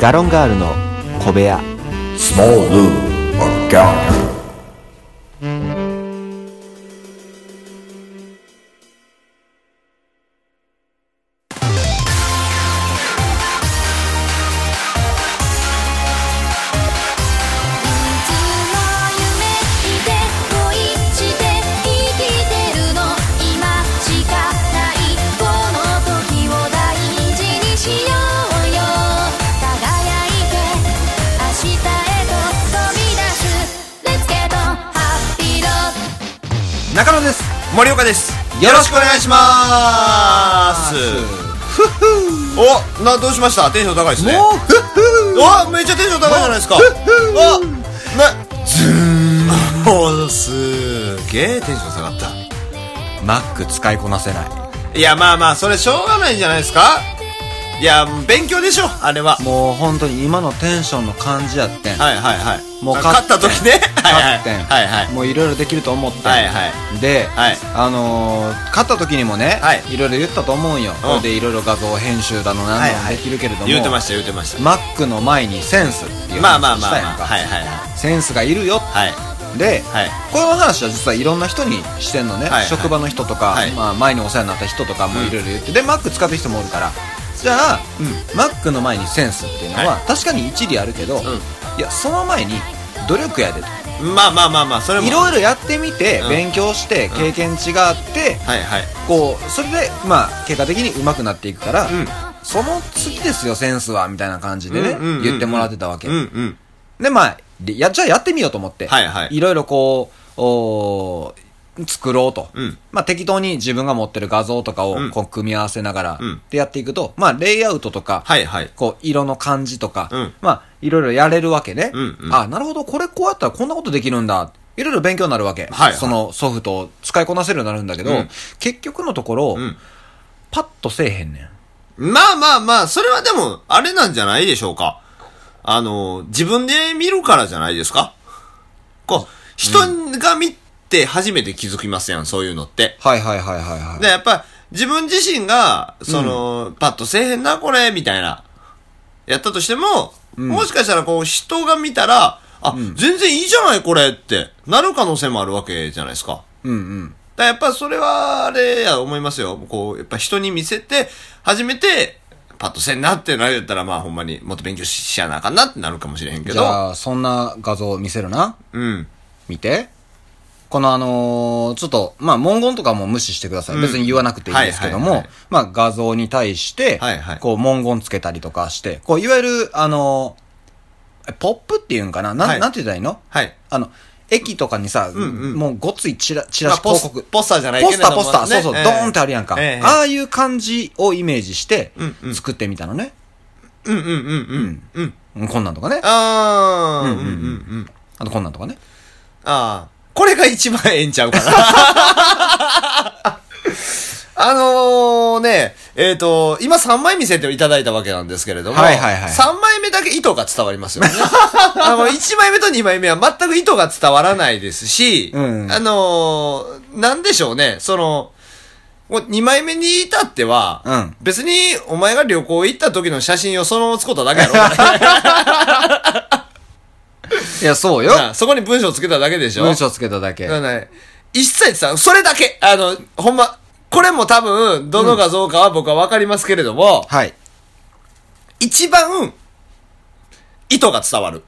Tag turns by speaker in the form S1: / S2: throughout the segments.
S1: ガロンガールの小部屋
S2: Small Lou McGallagher.
S3: いつも夢見て恋して生きてるの今しかないこの時を大事にしようよ輝いて明日へと飛び出す Let's get on happy road
S4: 中野です森岡です
S5: よろしくお
S4: 願いしますおなどうしましたテンション高いですね
S5: もうふっふ
S4: おめっちゃテンション高いじゃないですかおなズーンおすーげえテンション下がった
S5: ーマック使いこなせない
S4: いやまあまあそれしょうがないんじゃないですかいや勉強でしょあれは
S5: もう本当に今のテンションの感じやってん
S4: はいはいはい
S5: もう
S4: あ
S5: 勝
S4: 勝
S5: っ
S4: った時ねは
S5: 勝
S4: い
S5: ってん
S4: はいはい
S5: もういろいろできると思ってん
S4: はいは
S5: で、
S4: はい
S5: あのー勝った時にもね、
S4: はい
S5: いろいろ言ったと思うんよ、
S4: うん
S5: でいろいろ画像編集だの何
S4: はい
S5: だ
S4: は
S5: の
S4: い
S5: できるけれども、
S4: 言うてました言うてました
S5: マックの前にセンスっていう
S4: まあまあ
S5: 話
S4: ま
S5: し
S4: あま
S5: た
S4: あ
S5: やんか、
S4: はいはいはい
S5: センスがいるよ
S4: はい
S5: で、
S4: はい
S5: この話は実はいろんな人にしてんのね、
S4: はいはい
S5: 職場の人とか、
S4: はい
S5: まあ、前にお世話になった人とかもいろいろ言って、でマック使ってる人もおるからじゃあ、マックの前にセンスっていうのは、
S4: は
S5: 確かに一理あるけど、いやその前に努力やでと
S4: まあまあまあまあそれも
S5: いろいろやってみて、
S4: うん
S5: 勉強して経験値があって、
S4: はいはい
S5: こうそれでまあ結果的に上手くなっていくから、
S4: ん
S5: その次ですよセンスはみたいな感じでね、
S4: うんうんうんうん
S5: 言ってもらってたわけ、
S4: うんうん
S5: で、まあ、でや、じゃあやってみようと思って。
S4: はいはい
S5: ろいろこう、おー作ろうと。
S4: うん
S5: まあ適当に自分が持ってる画像とかを
S4: うん
S5: こう組み合わせながら、
S4: うん
S5: でやっていくと、まあレイアウトとか、
S4: はいはい
S5: こう色の感じとか、
S4: うん
S5: まあいろいろやれるわけね。
S4: うんうん
S5: あ、なるほど、これこうやったらこんなことできるんだ。いろいろ勉強になるわけ。
S4: はいはい
S5: そのソフトを使いこなせるようになるんだけど、
S4: うん
S5: 結局のところ、
S4: うん
S5: パッとせえへんねん。
S4: まあまあまあ、それはでも、あれなんじゃないでしょうか。あの、自分で見るからじゃないですか。こう、人が見て初めて気づきますやん、そういうのって。
S5: はいはいはいはいはい。
S4: で、やっぱ、自分自身が、その、パッとせえへんな、これ、みたいな、やったとしても、もしかしたらこう、人が見たら、あ、全然いいじゃない、これって、なる可能性もあるわけじゃないですか。
S5: うんうん。
S4: だからやっぱそれは、あれや思いますよ。こう、やっぱ人に見せて、初めて、パッとせんなってなるやったら、まあほんまにもっと勉強ししやなあかんなってなるかもしれへんけ
S5: じ
S4: ど。
S5: ゃあ、そんな画像を見せるな。
S4: うん。
S5: 見て。このあのーちょっと、まあ、文言とかも無視してください。
S4: うん
S5: 別に言わなくていいんですけども、
S4: はいはいはい
S5: まあ、画像に対して、
S4: はいはい
S5: こう、文言つけたりとかして、こう、いわゆる、あのーえポップっていうんかななん、
S4: はい
S5: なんて言ったらいいの
S4: はい。
S5: あの、駅とかにさ、
S4: んうん
S5: もうごついチラ、チ
S4: ま
S5: ラ
S4: あ
S5: シ
S4: ポ
S5: 広
S4: ス
S5: 告。
S4: ポスターじゃないけ
S5: ポ
S4: れ
S5: ス
S4: ど
S5: タ
S4: も
S5: ー、ポスター、そうそう、
S4: ね
S5: ドーンってあるやんか。
S4: ええ
S5: ああいう感じをイメージして
S4: うんう、ん
S5: 作ってみたのね。
S4: うんうんうんうん。うん。
S5: うんこんなんとかね。
S4: あー。
S5: うんうんうん
S4: うん。
S5: あと、こんなんとかね。
S4: あー。これが一番ええんちゃうかな。 あのー、ね、えっ、と、今3枚見せていただいたわけなんですけれども、
S5: はいはいはい
S4: 3枚目だけ意図が伝わりますよね。 あの、1枚目と2枚目は全く意図が伝わらないですし、
S5: うん
S4: あのー、なんでしょうね、その、2枚目に至っては、
S5: うん
S4: 別にお前が旅行行った時の写真をそのままつことだけや ろ。
S5: いや、そうよ。
S4: なあそこに文章つけただけでしょ
S5: 文章つけただけ。
S4: だからね一切さ、それだけ、あの、ほんま、これも多分、どの画像かは僕はわかりますけれども、
S5: はい。
S4: 一番、意図が伝わる。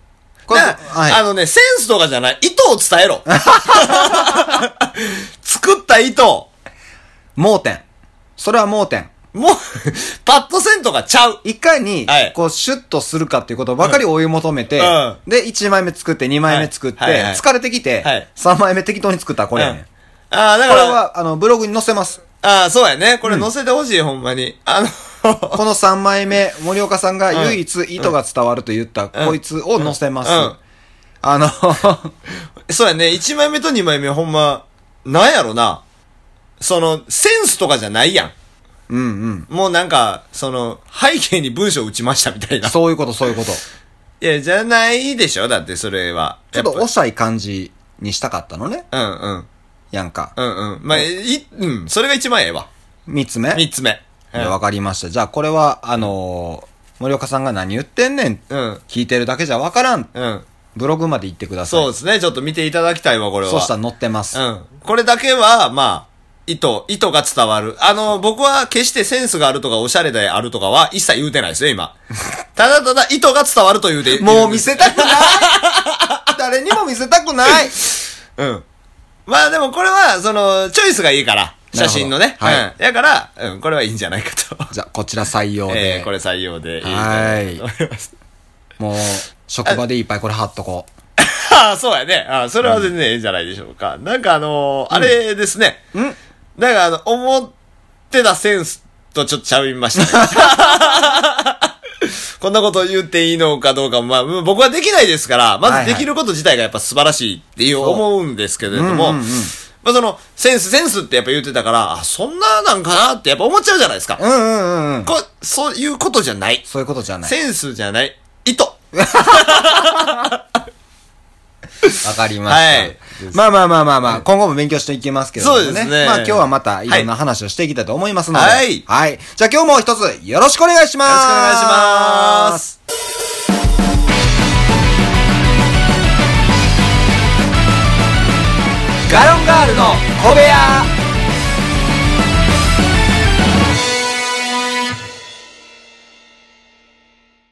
S5: これ
S4: だから
S5: はい
S4: あのね、センスとかじゃない、意図を伝え ろ。作った意図、
S5: 盲点。それは盲点。
S4: もう、パッとせんとかちゃう。
S5: いかに
S4: はい、
S5: こう、シュッとするかっていうことばかり追い求めて、
S4: うん
S5: で、1枚目作って、2枚目作って、
S4: はいはいはい
S5: 疲れてきて、
S4: はい
S5: 3枚目適当に作ったらこれやねん。
S4: うん
S5: こ
S4: ああ、だ
S5: れ
S4: から、
S5: は、あの、ブログに載せます。
S4: ああ、そうやね。これ載せてほしい、ほんまに。あの、
S5: この3枚目、森岡さんが唯一意図が伝わると言った、こいつを載せます。
S4: うんうん
S5: あの、
S4: そうやね。1枚目と2枚目ほんま、なんやろな。その、センスとかじゃないやん。
S5: うんうん。
S4: もうなんか、その、背景に文章打ちましたみたいな。い
S5: そういうこと、そういうこと。
S4: や、じゃないでしょだってそれは。
S5: ちょっと
S4: や
S5: おしゃい感じにしたかったのね。
S4: ぱうんうん。
S5: やんか。
S4: うんうん。まあ、い、うん。それが一番ええわ。
S5: 3つ目。
S4: 三つ目。
S5: いやわかりました。じゃあ、これは、あのー森岡さんが何言ってんねん。
S4: うん
S5: 聞いてるだけじゃわからん。
S4: うん。
S5: ブログまで行ってください。
S4: そうですね。ちょっと見ていただきたいわ、これは。
S5: そうしたら載ってます。
S4: うん。これだけは、まあ、意図、意図が伝わる。あの、僕は決してセンスがあるとか、おしゃれであるとかは一切言うてないですよ、 今。ただただ意図が伝わると言うて。
S5: もう見せ たくない誰にも見せたくない
S4: うん。まあでもこれは、その、チョイスがいいから。
S5: なるほど
S4: 写真のね。
S5: はい
S4: うん。だから、うん、これはいいんじゃないかと。
S5: じゃあ、こちら採用で。
S4: えー、これ採用でいい
S5: はい
S4: と思います。
S5: もう、職場でいっぱいこれ貼っとこう。
S4: ああ、そうやね。ああ、それは全然いいんじゃないでしょうか。なんかあのーあれですね。
S5: ん
S4: なんかあの、思ってたセンスとちょっとちゃい ましたね。こんなこと言っていいのかどうかも、まあ、うん僕はできないですから、ま
S5: はい
S4: ず
S5: はい
S4: できること自体がやっぱ素晴らしいっていう
S5: そう
S4: 思うんですけれど
S5: う
S4: も、
S5: んうんうん
S4: まあその、センス、センスってやっぱ言ってたから、あ、そんななんかなってやっぱ思っちゃうじゃないですか。
S5: うんうんうんうん。
S4: こそういうことじゃない。
S5: そういうことじゃない。
S4: センスじゃない。意図。
S5: わかりました。
S4: はい
S5: まあまあまあまあまあ、今後も勉強していきますけれどもね。
S4: そうですね
S5: まあ今日はまたいろんな話をしていきたいと思いますので。
S4: はい
S5: はい。じゃあ今日も一つよろしくお願いします。
S4: よろしくお願いします。
S5: ガロンガールの小部屋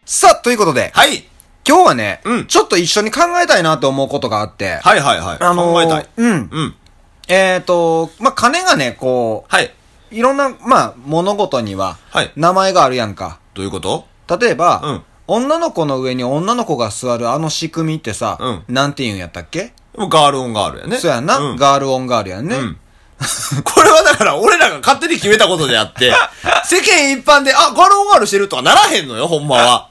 S5: さあ、ということで、
S4: はい。
S5: 今日はね、
S4: うん
S5: ちょっと一緒に考えたいなと思うことがあって、
S4: はいはいはい。
S5: あのー
S4: 考えたい。
S5: うん
S4: うん。
S5: えっ、ー、と、まあ、金がね、こ
S4: はい。
S5: う、いろんな、まあ、物事には
S4: はい、
S5: 名前があるやんか。
S4: どういうこと
S5: 例えば、女の子の上に女の子が座るあの仕組みってさ、
S4: う
S5: なんて言うんやったっけ
S4: ガールオンガールやね。
S5: そうやんな、
S4: うん
S5: ガールオンガールやんね。
S4: うん これはだから俺らが勝手に決めたことであ って、世間一般で、あ、ガールオンガールしてるとかならへんのよ、ほんま は。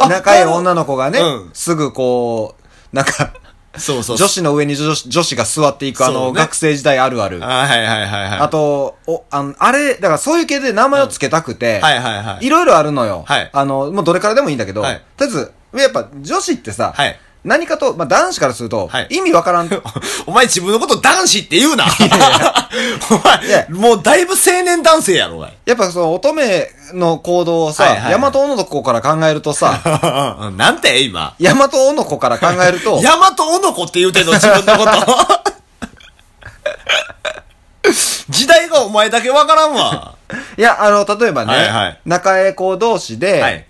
S4: が
S5: 仲良い女の子がね、
S4: うん
S5: すぐこう、なん か、
S4: そうそう。
S5: 女。子の上に女子女子が座っていく、あ
S4: そ
S5: の、
S4: うね
S5: 学生時代あるある。
S4: はいはいはいはい。
S5: あ、と、お、あの、あれ、だからそういう系で名前を付けたくて、
S4: はいはいはい。
S5: いろいろあるのよ。
S4: はい
S5: あの、もうどれからでもいいんだけど、
S4: はい
S5: とりあえず、やっぱ女子ってさ、
S4: はい
S5: 何かと、まあ男子からすると、
S4: はい
S5: 意味わからん。
S4: お前自分のこと男子って言うな。
S5: いや
S4: お前、もうだいぶ青年男性やろ、お前。
S5: やっぱその乙女の行動をさ、
S4: はいはいはい
S5: 大和男の子から考えるとさ、
S4: なんて今。
S5: 大和男の子から考える と、
S4: ヤマトオノコって言うてんの、自分のこと。 時代がお前だけわからんわ。
S5: いや、あの、例えばね、
S4: はいはい
S5: 仲え子同士で、
S4: はい。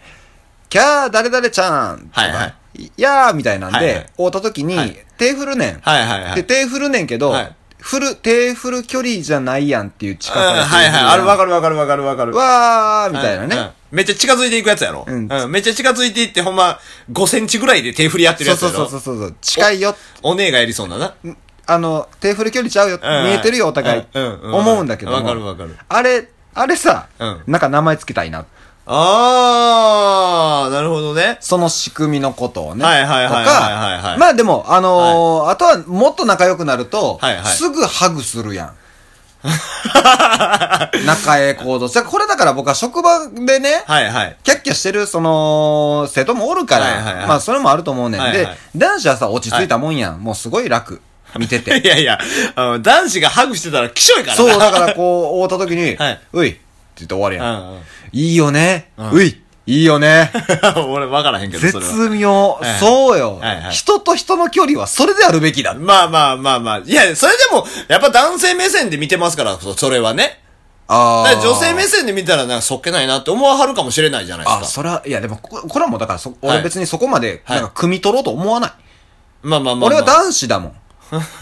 S5: キャー誰々ちゃんとか、、
S4: はいはい
S5: やーみたいなんで、
S4: はいはい
S5: 会うた時に、
S4: はい
S5: 手振るねん。
S4: はいはいはい。
S5: で、手振るねんけど、
S4: はい
S5: 振る、手振る距離じゃないやんっていう近
S4: うん
S5: さで手振る
S4: はい
S5: やん
S4: はい。あれわかるわかるわかるわかる。
S5: わーみ
S4: み
S5: たいなね。
S4: めっちゃ近づいていくやつやろ。
S5: う
S4: うんん。めっちゃ近づいていって、ほんま、5センチぐらいで手振り合ってる
S5: そうそ
S4: やつや
S5: う
S4: ろ。
S5: そうそうそう。近いよ。
S4: お姉がやりそうだな。うん
S5: あの、手振る距離ちゃうよ。
S4: ん
S5: 見えてるよ、お互い。
S4: うんうんうん
S5: 思うんだけども。
S4: わかるわかる
S5: あれ、あれさ、
S4: うん
S5: なんか名前つけたいな。
S4: あー、なるほどね。
S5: その仕組みのことをね。
S4: はいはいはいはいはい
S5: と
S4: は
S5: か
S4: い
S5: まあでも、あのーあとはもっと仲良くなると、
S4: はいはい
S5: すぐハグするやん。 仲ええ行動。じゃあこれだから僕は職場でね、
S4: はいはい。
S5: キャッキャしてる、その、生徒もおるから、
S4: はいはいはい
S5: まあ、それもあると思うねん。
S4: はいはい
S5: で、男子はさ、落ち着いたもんやん。もうすごい楽。見てて
S4: い。やいや、あの男子がハグしてたらきしょいからな。
S5: そう、だからこう、会うた時に、
S4: はいう
S5: いって言って終わるやん。
S4: うんうん
S5: いいよね、うんいいいよね
S4: 俺わからへんけど、それは。
S5: 絶妙、
S4: はい
S5: そうよ、
S4: はいはい
S5: 人と人の距離はそれであるべきだ。
S4: まあまあまあまあ。いや、それでも、やっぱ男性目線で見てますから、そそれはね。
S5: あ
S4: だ
S5: ー
S4: から女性目線で見たら、なんかそっけないなって思わはるかもしれないじゃないです
S5: あ、
S4: か。
S5: それは、いや、でも、ここれはもうだからそ、
S4: は
S5: 俺
S4: い
S5: 別にそこまで、
S4: は
S5: ないんか、汲み取ろうと思わない。
S4: まあまあまあ、まあ。
S5: 俺は男子 だもん。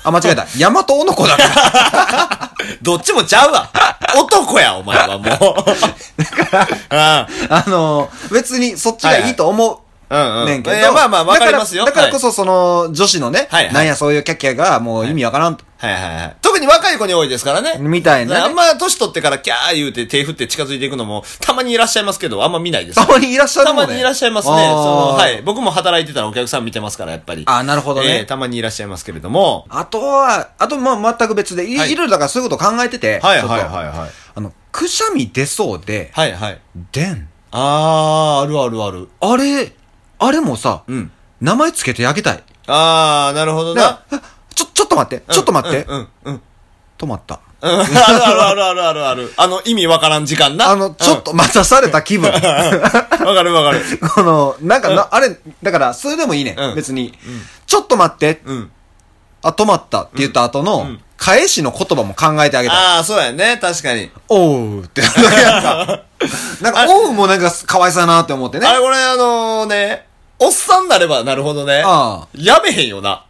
S5: あ、間違えた。大和男の子だから。
S4: どっちもちゃうわ。 男や、お前はも う。だか
S5: あのー、別にそっちがいいと思う。
S4: ら、うん。うんうん。
S5: ねんけど。
S4: いやまあまあ、わかりますよ。
S5: だからだからこそ、その、女子のね、
S4: はいはい
S5: なんやそういうキャッキャが、もう意味わからんと。
S4: はい、はいはいはい。特に若い子に多いですからね。
S5: みたいなね
S4: あんま年取ってからキャー言うて手振って近づいていくのも、たまにいらっしゃいますけど、あんま見ないです。
S5: たまにいらっしゃる
S4: た
S5: もんね。
S4: まにいらっしゃいますね。そ
S5: あー
S4: の、はい。。僕も働いてたらお客さん見てますから、やっぱり。
S5: あーなるほどね
S4: えーたまにいらっしゃいますけれども。
S5: あとは、あと、まあ、全く別で、い
S4: はい
S5: いろいろだからそういうこと考えてて、
S4: はい
S5: ちょっと
S4: はいはいはい。
S5: あの、くしゃみ出そうで、
S4: はいはい。
S5: でん。
S4: あー、あるあるある。
S5: あれ、あれもさ、
S4: うん
S5: 名前つけてあげたい。
S4: あー、なるほど
S5: だか。
S4: な
S5: らあちょ、ちょっと待って、ちょっと待って、
S4: うんうんうん。
S5: 止まった。
S4: うん あるあるあるあるあるある。あの、意味わからん時間な。
S5: あの、ちょっと待たされた 気分。
S4: うん。わかるわかる。
S5: この、なんかな、あれ、だから、それでもいいね。
S4: うん
S5: 別に、ちょっと待って、
S4: うん。
S5: あ、止まったって言った後の、返しの言葉も考えてあげたい。
S4: ああ、そうやね。確かに。
S5: おうってなるだけやん か。なんか、おうもなんか、かわいそうやなって思ってね
S4: あ。れ、これ、あのね、おっさんになればなるほどね。
S5: ああ
S4: やめへんよな。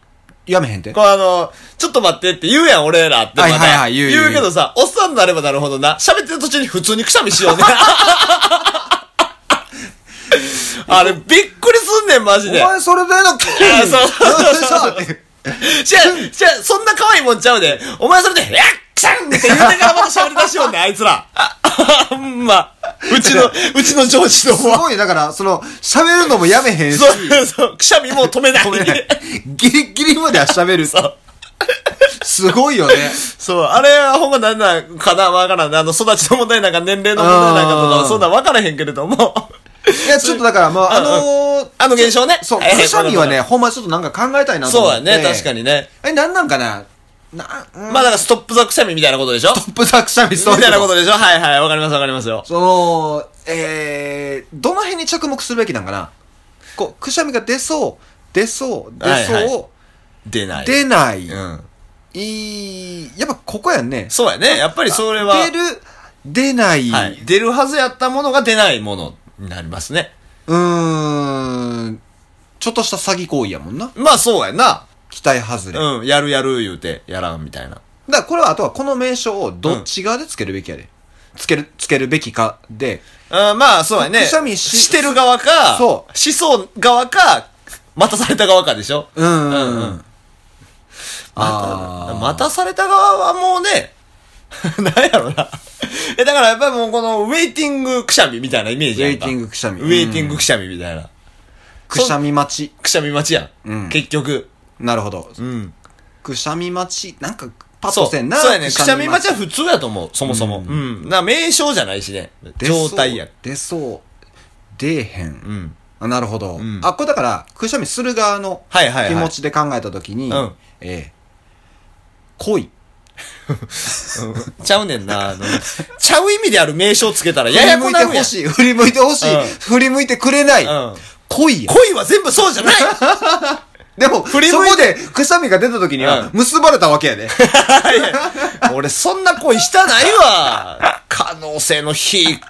S5: やめへんて
S4: こ。うあの、ちょっと待ってって言うやん、俺らってま
S5: は
S4: た。
S5: いはいはい言う言う
S4: 言うけどさ、おっさんになればなるほどな、喋ってる途中に普通にくしゃみ しようね。あれ、びっくりすんねん、マジ
S5: お
S4: で。
S5: 前、それでな、 そ
S4: あそう
S5: れでさって
S4: じゃあ、じゃあ、そんな可愛いもんちゃうで。お前それで、えっくしゃんって言うてからまた喋り出しようね、あいつ ら。あ、ほんま。うちの、うちの上司の
S5: す
S4: 方は。
S5: ごい、だから、その、喋るのもやめへんし、
S4: そう、そう、くしゃみもう止めない。
S5: ごめんギリギリまでは喋る。
S4: そう。
S5: すごいよね。
S4: そう、あれはほんまなんなんかな、わからん。あの、育ちの問題なんか年齢の問題なんかと
S5: あー
S4: か、そんなんわからへんけれども。
S5: いや、ちょっとだから、まあ、あのー、
S4: あの現象ね。
S5: そう、
S4: えー
S5: くしゃみはね、、ほんまちょっとなんか考えたいなと
S4: そう
S5: 思っ
S4: や
S5: て。
S4: ね、確かにね。
S5: え、なんなんかなな、うん
S4: まあだからストップザくしゃみみたいなことでしょ
S5: トップザクシャミスト
S4: みたいなことでしょはいはい、わかりますわかりますよ。
S5: その、えー、どの辺に着目するべきなんかなこう、くしゃみが出そう、出そう、出そう、
S4: はいは出ない。
S5: 出ない、
S4: うん。
S5: いい、やっぱここやんね。
S4: そうやね。やっぱりそれは。
S5: 出る、出ない、
S4: はい。出るはずやったものが出ないものになりますね。
S5: うーん、ちょっとした詐欺行為やもんな。
S4: まあそうやな。
S5: 期待外れ。だか
S4: うん。やるやる言うて、やらんみたいな。
S5: らこれはあとはこの名称をどっち側でつけるべきやで。つける、つけるべきかで、
S4: うん、まあそうやね。
S5: くしゃみし
S4: してる側か、。
S5: そう
S4: しそう側か、待たされた側かでしょ
S5: うーん。
S4: うんうん
S5: ん、
S4: ま
S5: あ
S4: た
S5: ー
S4: 待たされた側はもうね、 なんやろな。 え、だからやっぱりもうこの、ウェイティングくしゃみみたいなイメージやんか。
S5: ウェイティングくしゃみ
S4: ウェイティングくしゃみみたいな。
S5: くしゃみ待ち。
S4: くしゃみ待ちやん。
S5: うん
S4: 結局。
S5: なるほど。
S4: うん。
S5: くしゃみ待ち、なんか、パッ
S4: そ
S5: と
S4: う。
S5: せんな。
S4: そうやね。くしゃみ待ちは
S5: ち
S4: 普通やと思う。そもそも。うん。な、名称じゃないしね。状態や。
S5: 出そう。出えへ。
S4: うんん。
S5: あなるほど。
S4: ん
S5: あ、これだから、くしゃみする側の
S4: はいはいはい
S5: 気持ちで考えたときに、
S4: うん
S5: ええ恋。
S4: ちゃうねんな。あの、ちゃう意味である名称つけたら
S5: 振
S4: や
S5: り
S4: や
S5: 向
S4: こ
S5: い
S4: な
S5: て
S4: るや
S5: ほ
S4: ん。
S5: しい。振り向いてほしい。
S4: うん
S5: 振り向いてくれない。
S4: うん
S5: 恋や。
S4: 恋は全部そうじゃない
S5: でも、
S4: 振り向い
S5: そこでくしゃみが出たときには、
S4: う
S5: 結ばれたわけや で。
S4: 俺そんな恋したないわ。可能性の低い。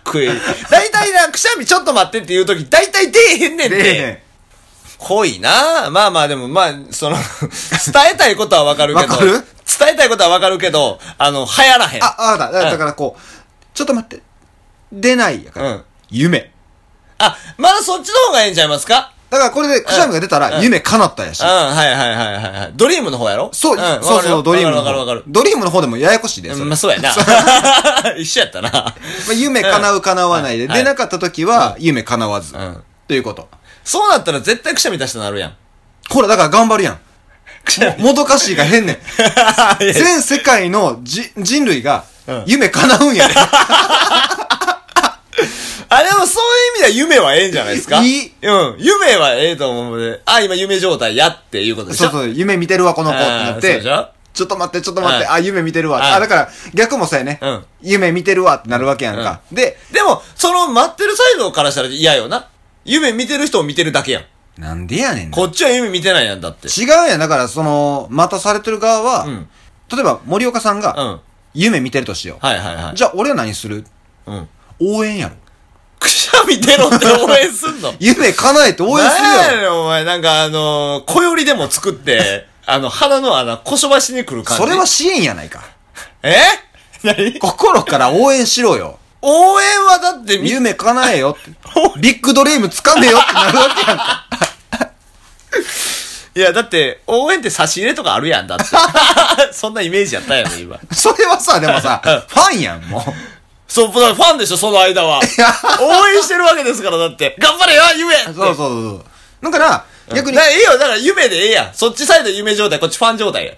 S4: 大体な、くしゃみちょっと待ってっていう時、大体出えへんねん
S5: 出えへん
S4: て。恋なまあまあでも、まあ、その、伝えたいことはわかるけど。
S5: わかる
S4: 伝えたいことはわかるけど、あの、流行らへん。
S5: あ、あだ。だからこう、ちょっと待って。出ないやから。
S4: うん
S5: 夢。
S4: あ、まだそっちの方がええんちゃいますか
S5: だからこれでくしゃみが出たら、夢叶ったやし
S4: うん、。はいはいはいはいはい。ドリームの方やろ
S5: そう、
S4: んわかるよ
S5: そうそう、ドリームの
S4: わかるわか
S5: 方
S4: る。
S5: ドリームの方でもややこしいで
S4: わ
S5: す。
S4: か
S5: そ
S4: る。
S5: れ
S4: まあ、そうやな。 一緒やったな。
S5: まあ夢叶う叶わないで、
S4: うんはい
S5: 出なかった時は、夢叶わず
S4: ん。
S5: ということ。
S4: そうなったら絶対くしゃみ出したなるやん。
S5: ほら、だから頑張るやん。ももどかしいが変 ねん。全世界のじ人類が
S4: ん、
S5: 夢叶うんやで。
S4: あれもそういう意味では夢はええんじゃないですか
S5: いい
S4: うん。夢はええと思うので、あ、今夢状態やっていうことでし
S5: そ
S4: ょ
S5: うそう、夢見てるわ、この子ってなっ
S4: あーそう
S5: て
S4: でしょ。
S5: ちょっと待って、ちょっと待って、
S4: うん
S5: あ、夢見てるわ。
S4: うん
S5: あ、だから、逆もさやね
S4: うん。
S5: 夢見てるわってなるわけやんか。で、
S4: でも、その待ってるサイドからしたら嫌よな。夢見てる人を見てるだけやん。
S5: なんでやねんな。
S4: こっちは夢見てないやんだって。
S5: 違うやん。だから、その、待たされてる側は、
S4: うん
S5: 例えば森岡さんが、
S4: うん
S5: 夢見てるとしよう。
S4: はいはいはい。
S5: じゃあ俺は何する
S4: うん。
S5: 応援やろ。
S4: くしゃみ出ろ って応援すんの
S5: 夢叶えて応援す
S4: なん
S5: るや
S4: やねんお前、なんかあのー、小よりでも作って、あの、鼻の穴、こしばしに来る
S5: ろ。
S4: 感じ。
S5: それは、支援やないか。
S4: え何
S5: 心から応援しろよ。
S4: 応援はだってみ、
S5: 夢叶えよ って。ビッグドリーム掴んでよってなるわけやんか。
S4: いや、だって、応援って差し入れとかあるやんだって。 そんなイメージやったやろ、今。
S5: それはさ、でもさ、ファンやん、もう。
S4: そう、だからファンでしょ、その間は。応援してるわけですから、だって。頑張れよ、夢って
S5: そうそうそうそう。だから、逆に
S4: だ、からいいよ、だから夢でええやん。そっちサイド夢状態、こっちファン状態や。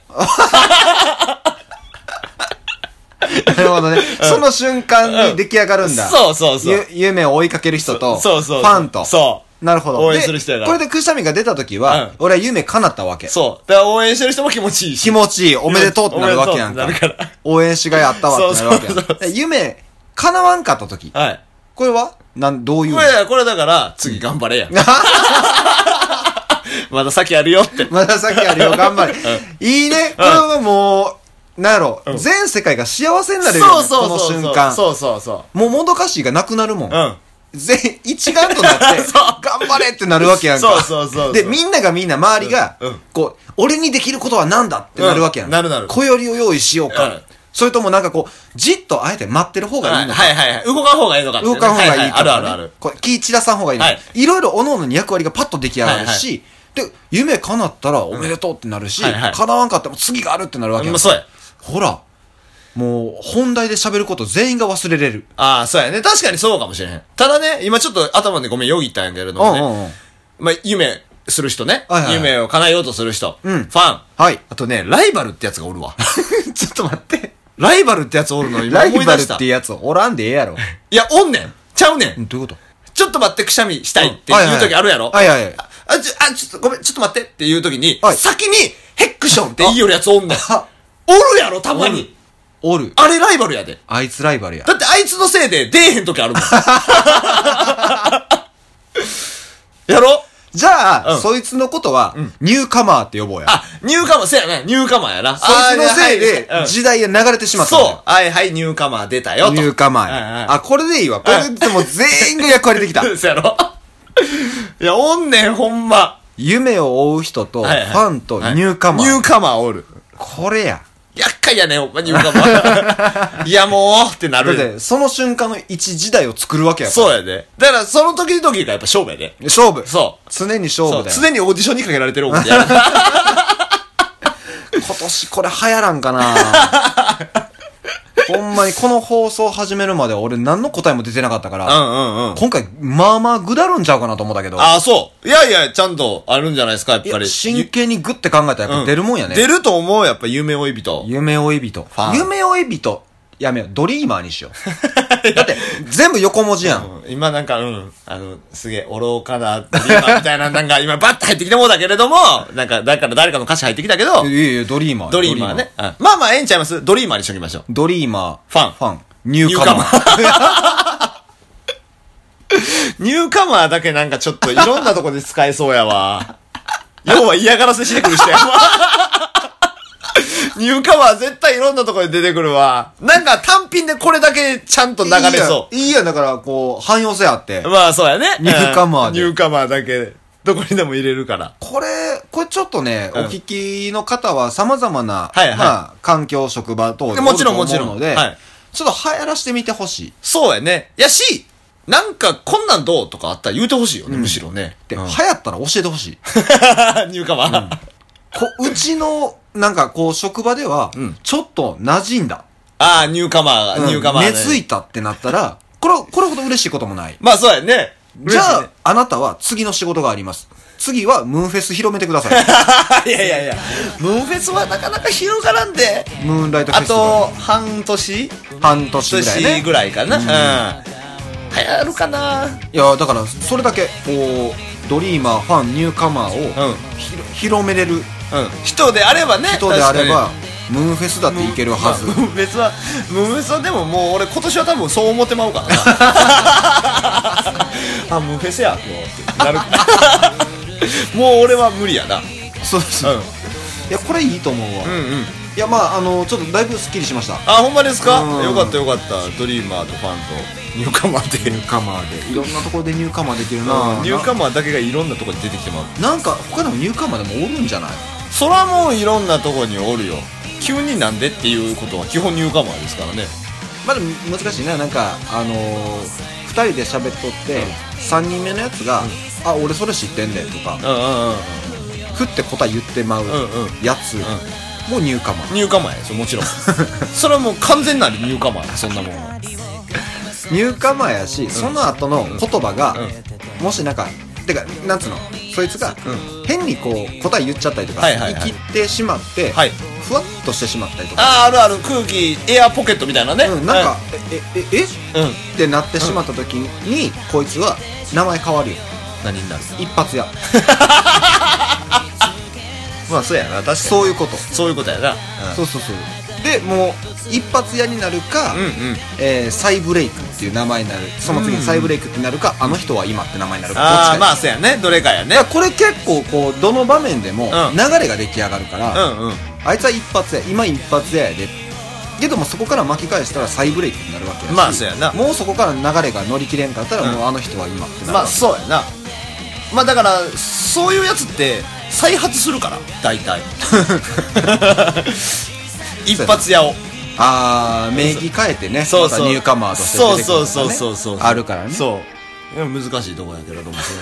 S5: なるほどね。その瞬間に出来上がるんだ。
S4: そうそうそう
S5: ゆ夢を追いかける人と、
S4: そうそうそう。
S5: ファンと。
S4: そ
S5: なるほど。
S4: 応援
S5: です
S4: る人やから
S5: これでくしゃみが出た時
S4: う
S5: は
S4: ん、
S5: 俺は夢叶ったわけ。
S4: そう。だから応援してる人も気持ちいいし。
S5: 気持ちいい、おめでとうってなるわけやん
S4: お
S5: か
S4: めでとうってなるから。
S5: 応援しがいあったわってなるわけやん
S4: そうそうそう
S5: で夢、叶わんかった時。
S4: はい。
S5: これはなん、どういう
S4: これ、これだから、次頑張れや。まだ先やるよって。
S5: まださっきあるよ、頑張れ。いいね。これはもう、なんやろ、全世界が幸せになれるよ
S4: そう
S5: ね、
S4: そ
S5: こ
S4: うそ
S5: の
S4: うそう。
S5: 瞬間。
S4: そうそうそ
S5: もうもどかしいがなくなるもん。
S4: う。うん。
S5: 全員一丸となって、
S4: そう
S5: 頑張れってなるわけやんか。
S4: そうそうそうそう
S5: で、みんながみんな周りが、
S4: うんうん
S5: こう、俺にできることは何だってなるわけやん。
S4: うんなるなる
S5: 小よりを用意しようか。
S4: うん
S5: それともなんかこう、じっとあえて待ってる方がい
S4: はいい
S5: のか。
S4: はいはい。動かん方がいいのかってね。
S5: 動かん方がいいとか、ね
S4: ははあるあるある。
S5: こう気散らさん方がいいのか、
S4: はいい、
S5: ろいろ各々に役割がパッと出来上がるし、で、夢叶ったらおめでとうってなるし、
S4: はいはい
S5: 叶わんかったらもう次があるってなるわけやんか。
S4: まあそうや。
S5: ほら、もう本題で喋ること全員が忘れれる。
S4: ああ、そうやね。確かにそうかもしれへん。ただね、今ちょっと頭でごめんよぎったんやけれど
S5: う
S4: も
S5: んう
S4: ね。
S5: んうん。
S4: まあ、夢する人ね。
S5: はいはいはい
S4: 夢を叶えようとする人。
S5: うん
S4: ファン。
S5: はい。
S4: あとね、ライバルってやつがおるわ。
S5: ちょっと待って。
S4: ライバルってやつおる の今
S5: ライ
S4: 思い
S5: バ
S4: 出
S5: ル
S4: し。
S5: ったてやつおらんでええ やろ。
S4: いや、おんねん。ちゃうねん。
S5: どういうこと
S4: ちょっと待って、くしゃみしたいっていう時あるやろ
S5: はいはいはい。
S4: あ、ちょ、あ、ちょっとごめん、ちょっと待ってっていう時に、
S5: はい
S4: 先に、ヘックションって言いよるやつおん ねん
S5: あ。
S4: おるやろ、たまに。
S5: おる。
S4: あれライバルやで。
S5: あいつライバルや。
S4: だってあいつのせいで出えへん時あるもん。 やろ
S5: じゃあ、
S4: うん
S5: そいつのことは、ニューカマーって呼ぼうや。
S4: あ、ニューカマー、せやな、ニューカマーやな。
S5: そいつのせいで
S4: あーは、うん
S5: 時代が流れてしまったんだよ。
S4: そう。はいはい、ニューカマー出たよと。
S5: ニューカマー
S4: はいはい
S5: や。あ、これでいいわ。これでもう全員が役割でき た。
S4: そうやろいや、おんねん、ほんま。
S5: 夢を追う人と、フ
S4: はいはい
S5: ァンと
S4: はい
S5: ニューカマ
S4: ニュ
S5: ー
S4: ー。カマーおる。
S5: これや。
S4: 厄介やね、ほんま、ニューカマ ー。いや、もうってな
S5: だっ
S4: る
S5: て、その瞬間の一時代を作るわけやから。
S4: そうやで。だから、その時々がやっぱ勝負やで。
S5: 勝負。
S4: そう
S5: 常に勝
S4: そ
S5: 負
S4: う。
S5: だよ。
S4: 常にオーディションにかけられてるもんね。 や
S5: 今年これ流行らんかな ほんまにこの放送始めるまで俺何の答えも出てなかったか
S4: う
S5: ら、
S4: んうんうん。
S5: 今回まあまあぐだるんちゃうかなと思ったけど、
S4: ああ、そう。いやいや、ちゃんとあるんじゃないですか、やっ
S5: い
S4: ぱ
S5: や
S4: り。
S5: 真剣にグッて考えたらやっぱ出るもんやね。
S4: 出ると思う、やっぱ夢追い人。
S5: 夢追い人
S4: ァ。ン
S5: 夢追い人。やめよう、ドリーマーにしよう。だって、全部横文字やん。
S4: うん今なんか、うん、あの、すげえ、愚かな、ドリーマ ーみたいな、なんか今バッと入ってきたもんだけれども、なんか、だから誰かの歌詞入ってきた けど
S5: い、やいや、ドリーマー。
S4: ドリーマーね。うんまあまあ、ええんちゃいますドリーマーにしときましょう。
S5: ドリーマー。
S4: ファン
S5: ファン。ニューカマー。
S4: ニューカマーだけなんかちょ っといろんなとこで使えそうやわ。要は嫌がらせしてく る人やわ。ニューカマー絶対いろんなとこで出てくるわ。なんか単品でこれだけちゃんと流れそう。
S5: う。 いいやん、だから、こう、汎用性あって。
S4: まあそうやね。
S5: ニューカマーで
S4: ニューカマーだけ、どこにでも入れるから。
S5: これ、これちょっとね、
S4: うん
S5: お聞きの方は様々な、
S4: はいはい
S5: まあ、環境、職場等で
S4: もちろん
S5: おると思う
S4: も
S5: の
S4: ちろ
S5: で、
S4: んはい
S5: ちょっと流行らしてみてほしい。
S4: そうやね。やし、なんかこんなんどうとかあったら言うてほしいよね、むしろね。
S5: で、
S4: うん
S5: 流行ったら教えてほしい。
S4: ニューカマー。
S5: こうちの、なんかこう、職場では、
S4: ん
S5: ちょっと馴染んだ。
S4: ああ、ニューカマー、
S5: うん
S4: ニューカマー、ね。
S5: 根付いたってなったら、これ、これほど嬉しいこともない。
S4: まあそうやね。
S5: じゃあ、あなたは次の仕事があります。次はムーンフェス広めてください。
S4: いやいやいや、ムーンフェスはなかなか広がらんで。
S5: ムーンライトフェ
S4: あ
S5: スティバ
S4: と、半年
S5: ル。半年ぐらい
S4: 年
S5: ね。
S4: ぐらいかな。うん。流行るかない
S5: や、だから、それだけ、こう、ドリーマー、ファン、ニューカマーを、
S4: うん。うん。
S5: ひろ広めれる
S4: 人であればね。
S5: 人であれば、ムーンフェスだっていける はず。
S4: 確かに。ムーンフェスは、ムーンフェスはでももう俺今年は多分そう思ってまう からな。あ、ムーンフェスや、今日って なる。もう俺は無理やな。う
S5: そうそう。
S4: ん。
S5: いや、これいいと思うわ。
S4: うんうん。
S5: いや、まあ、あの、ちょっとだいぶスッキリしました。
S4: あ、ほんまですか
S5: うん
S4: よかったよかった。ドリーマーとファンとニューカマーで。
S5: ニューカマーで。いろんなところでニューカマーできるな
S4: ニューカマーだけがいろんなとこに出てきてまう。
S5: ななんか、他でもニューカマーでもおるんじゃない
S4: そらもういろんなとこにおるよ急になんでっていうことは基本ニューカマーですからね
S5: まだ難しいな、なんか、あのー、二人で喋っとって、三人目のやつが、あ、俺それ知ってんで、とか、
S4: うんうんうん
S5: ふって答え言ってまう
S4: うんうん
S5: やつ、もうニューカマー。
S4: ニューカマーやそもち ろんそれはもう完全なるニューカマーやそんなもんは
S5: ニューカマーやし、その後の言葉が、もしなんか、てか、なんつうの、そいつが、変にこう、答え言っちゃったりとか、
S4: はいはいはい
S5: 言い切ってしまって、
S4: はい
S5: ふわっとしてしまったりとか、
S4: あーあるある空気エアポケットみたいなね
S5: うん、なんか、え、え、え、え
S4: うん
S5: ってなってしまった時に、こいつは、名前変わるよ。
S4: あ何になる
S5: 一発屋
S4: まあそうやな確かに
S5: そういうこと
S4: そういうことやな、
S5: そうそうそうでもう一発屋になるか、
S4: うん、うんうん
S5: えー再ブレイクっていう名前になるその次に再ブレイクってなるか、あの人は今って名前になるかどっ
S4: あ
S5: ちか
S4: あ
S5: や
S4: まあそうやねどれかやね
S5: だからこれ結構こうどの場面でも
S4: うん
S5: 流れが出来上がるか
S4: う
S5: ら、
S4: んうん
S5: あいつは一発や今一発ややでけどもそこから巻き返したら再ブレイクになるわけやし
S4: まあそうやな
S5: もうそこから流れが乗り切れんかったら、
S4: ん
S5: もうあの人は今ってなる
S4: ま
S5: わ
S4: あ
S5: け
S4: そうやなまあだからそういうやつって再発するから 大体一発屋を
S5: あー名義変えてね
S4: そうそう
S5: またニューカマーとして出てくるとかね
S4: そうそうそうそうそう
S5: あるからね
S4: そういや難しいとこやけれどもその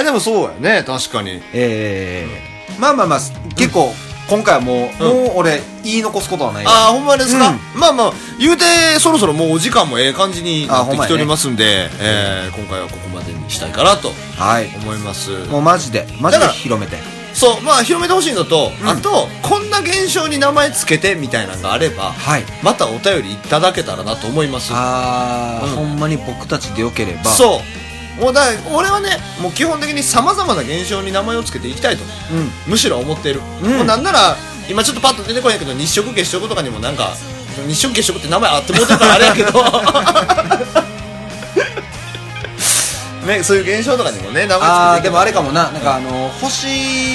S4: えでもそうやね確かに
S5: ええまあまあまあ結構今回はもう、
S4: う
S5: も
S4: ん
S5: う俺言い残すことはない
S4: ああほんまですか、
S5: うん
S4: まあまあ言うてそろそろもうお時間もええ感じになってきておりますんでえー今回はここまでにしたいかなと
S5: はい
S4: 思います
S5: もうマジでマジで
S4: だから
S5: 広めて
S4: そうまあ広めてほしいのと、
S5: ん
S4: あとこんな現象に名前つけてみたいなのがあれば、
S5: はい
S4: またお便りいただけたらなと思います
S5: ああ、
S4: うん
S5: ほんまに僕たちでよければ
S4: そうもうだ俺はねもう基本的にさまざまな現象に名前をつけていきたいと
S5: う、うん、
S4: むしろ思っている、
S5: うん
S4: もうなんなら今ちょっとパッと出てこないけど日食月食とかにもなんか日食月食って名前あってもうてるからあれや けどね、そういう現象とかにもね名
S5: あ
S4: 前
S5: ー
S4: つけていけ
S5: で
S4: ば
S5: もあれかもななんかあの星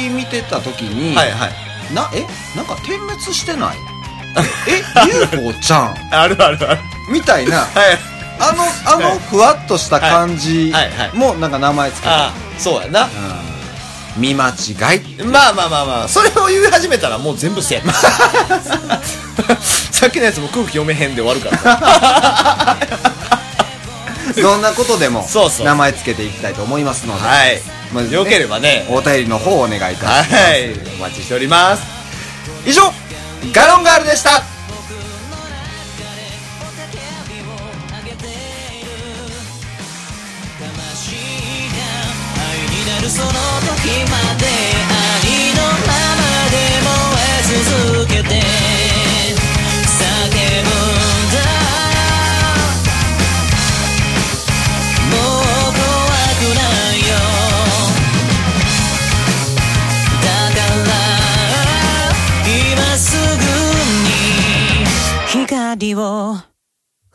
S5: 見てた時に、
S4: はいはい
S5: なえなんか点滅して ないえ UFO ちゃん
S4: あるあるある
S5: みたいな
S4: はい
S5: あのあのふわっとした感じ
S4: はいはいはい
S5: もなんか名前つけて
S4: ああそうやな
S5: うん見 間違い
S4: まあまあまあまあそれを言い始めたらもう全部 せえさっきのやつも空気読めへんで終わる からさ
S5: どんなことでも
S4: そうそう
S5: 名前つけていきたいと思いますので
S4: はい、
S5: まずね
S4: よければね
S5: お便りの方をお願いいたします、
S4: はいお待ちしております
S5: 以上ガロンガールでした
S6: その時まで愛のままで燃え続けて叫ぶんだもう怖くないよだから今すぐに光を